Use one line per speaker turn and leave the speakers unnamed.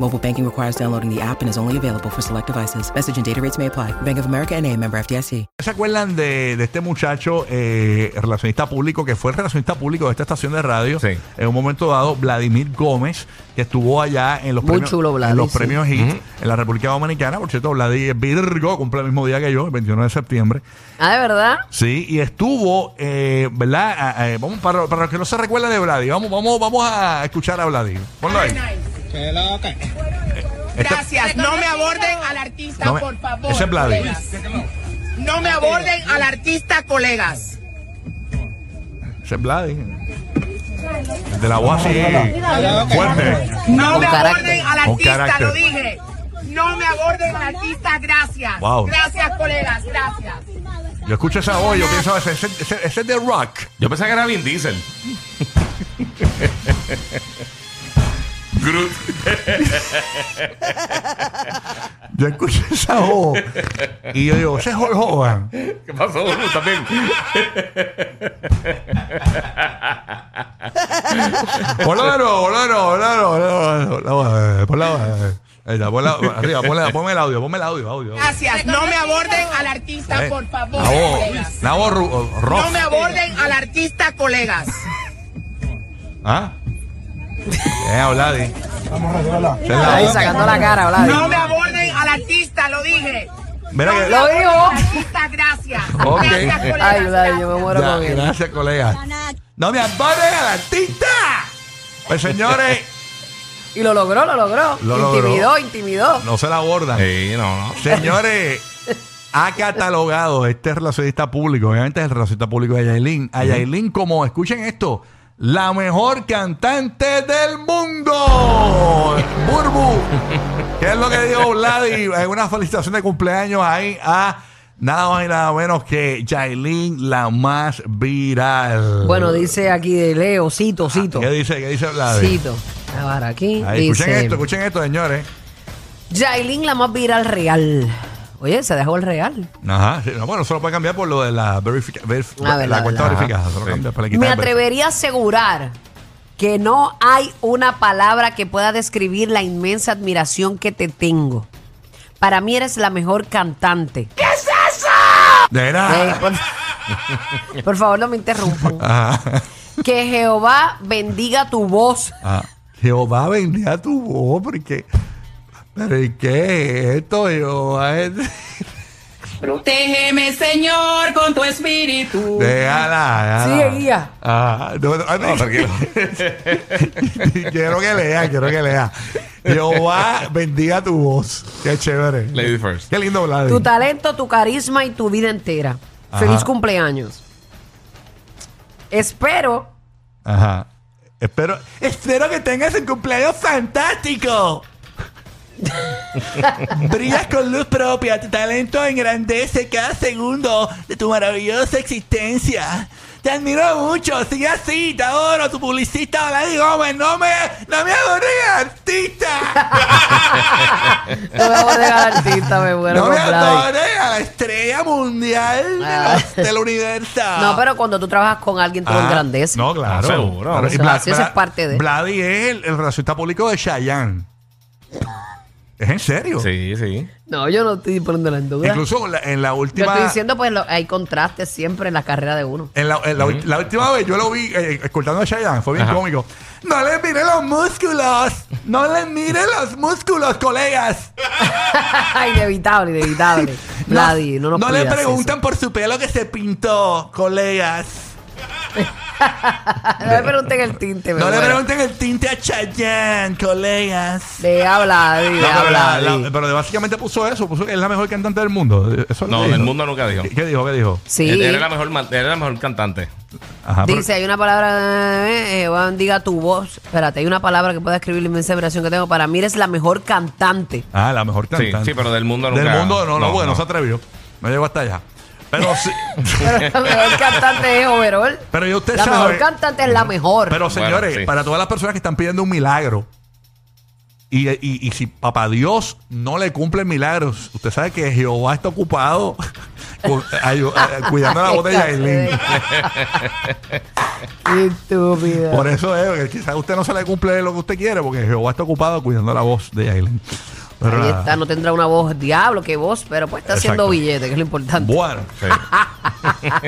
Mobile banking requires downloading the app and is only available for select devices. Message and data rates may apply. Bank of America and a member FDIC.
¿Se acuerdan de, de este muchacho eh, relacionista público que fue el relacionista público de esta estación de radio?
Sí.
En un momento dado, Vladimir Gómez, que estuvo allá en los
Muy
premios,
chulo, Vladi,
en los
sí.
premios HIT en la República Dominicana. Por cierto, Vladimir Virgo cumple el mismo día que yo, el 21 de septiembre.
Ah, ¿de verdad?
Sí, y estuvo, eh, ¿verdad? Ah, eh, vamos para, para los que no se recuerdan de Vladi, vamos, vamos, vamos a escuchar a Vladi. Ponlo ahí. Este-
Gracias. No me aborden al artista,
No me-
por favor.
ese es Vladi.
colegas. No me aborden al artista, colegas.
Ese es Vladi. El de la voz así fuerte.
No
Con
me
carácter.
aborden al
Con
artista,
carácter.
lo dije. No me aborden al artista, gracias.
Wow.
Gracias, colegas, gracias.
Yo escucho esa voz, yo pienso, ese ese- ese- ese es de rock.
Yo pensaba que era Vin Diesel. Groot.
Yo escuché esa voz y yo digo, ese es Hulk Hogan.
¿Qué pasó, Groot? También.
Ponlo de nuevo, ponlo de nuevo, ponlo de nuevo, ponlo de nuevo, ponlo de nuevo. Ahí está, ponla- arriba, ponla- ponme el audio, ponme el audio, audio.
Gracias. No me aborden al artista,
Eh,
por favor.
La voz,
colegas.
la voz ru- oh, rock.
No me aborden al artista, colegas.
¿Ah? Eh, habla de. Esa es la
Ahí
voz.
sacando la cara, Vladi.
No me aborden al artista, lo dije.
Mira que-
Lo dijo.
Al artista, gracias.
Ok.
Gracias, colegas.
Ay, Vladi, yo me muero
Ya,
con él.
gracias, colega. No me ampares al artista. Pues señores,
Y lo logró, lo logró.
Lo logró.
intimidó, intimidó.
no se la abordan.
Sí, no, no.
Señores, ha catalogado este relacionista público, obviamente es el relacionista público de Yailin, a Yailin como, escuchen esto, la mejor cantante del mundo. Burbu, ¿qué es lo que dijo Vladi? Hay una felicitación de cumpleaños ahí a nada más y nada menos que Yailin, la más viral.
Bueno, dice aquí de Leo, cito, cito.
Ah, ¿Qué dice, qué dice Vladi?
Cito. Ahora aquí
Ahí,
dice...
escuchen esto, escuchen esto, señores.
Yailin la más viral real. Oye, se dejó el real.
Ajá, sí, no, bueno, eso lo puede cambiar por lo de la, verifica- verif-
Ah, verdad,
la cuenta
verdad.
verificada. Eso lo cambia para quitar
Me
el
atrevería a asegurar que no hay una palabra que pueda describir la inmensa admiración que te tengo. Para mí eres la mejor cantante.
De
Eh,
nada.
por, por favor, no me interrumpan.
Ajá.
Que Jehová bendiga tu voz.
Ah, Jehová bendiga tu voz, porque. Pero ¿y qué es esto, Jehová? Es-
Protégeme, Señor, con tu espíritu.
Déjala, déjala.
Sigue, guía.
Ajá. No, no, no,
tranquilo.
quiero que lea, quiero que lea. Jehová bendiga tu voz. Qué chévere.
Lady first.
Qué lindo, Vladi.
Tu talento, tu carisma y tu vida entera.
Ajá.
Feliz cumpleaños. Espero
Ajá. Espero, espero que tengas un cumpleaños fantástico. Brillas con luz propia, tu talento engrandece cada segundo de tu maravillosa existencia. Te admiro mucho, sigue así, te adoro, tu publicista Vladi Gómez, no me, no me aburres, artista.
No me voy a dejar artista, me muero
no
con
me
pues, Vladi.
adores a la estrella mundial de
Ah.
los- del universo.
No, pero cuando tú trabajas con alguien, tú lo
Ah,
engrandeces.
No, claro.
No, seguro.
Claro.
Eso- así eso es parte de-
Vladi es el, el relacionista público de Chayanne. ¿Es en serio?
Sí, sí.
No, yo no estoy poniendo en duda.
Incluso la- en la
yo
última...
estoy diciendo, pues, lo- hay contrastes siempre en la carrera de uno.
En la, en la ulti- la última vez yo lo vi eh, escoltando a Chayanne, fue bien cómico. No les mire los músculos, no les mire los músculos, colegas.
inevitable, inevitable. Nadie, no nos
no le
pidas eso.
preguntan por su pelo que se pintó, colegas.
No le pregunten el tinte, me
No le
muero.
pregunten el tinte a Chayanne, colegas.
Le habla, Adi, le
No, pero,
habla.
la-
Adi.
la- pero básicamente puso eso, puso que es la mejor cantante del mundo. Eso
No,
dijo.
del mundo nunca dijo.
¿Qué, qué dijo? ¿Qué dijo?
sí.
Era la mejor, ma- era la mejor cantante.
Ajá, Ah, pero-
Dice, hay una palabra, eh, eh, Juan, diga tu voz. Espérate, hay una palabra que pueda escribir la inmensa admiración que tengo. Para mí eres la mejor cantante.
ah, la mejor cantante.
sí, pero del mundo
Del
nunca-
mundo no, no,
no,
porque no.
no.
se atrevió. No llegó hasta allá. Pero sí.
Pero la mejor cantante es Overol.
Pero ya usted
la
sabe.
mejor cantante es la mejor.
Pero señores,
sí.
para todas las personas que están pidiendo un milagro, y, y- y si papá Dios no le cumple milagros, usted sabe que Jehová está ocupado con- ayu- a- cuidando la voz de Yailin.
Qué estúpida.
Por eso es, que quizás a usted no se le cumple lo que usted quiere, porque Jehová está ocupado cuidando la voz de Yailin. Pero
Ahí
nada.
está, no tendrá una voz diablo, qué voz, pero pues está haciendo
Exacto.
billete, que es lo importante.
Bueno.
Sí.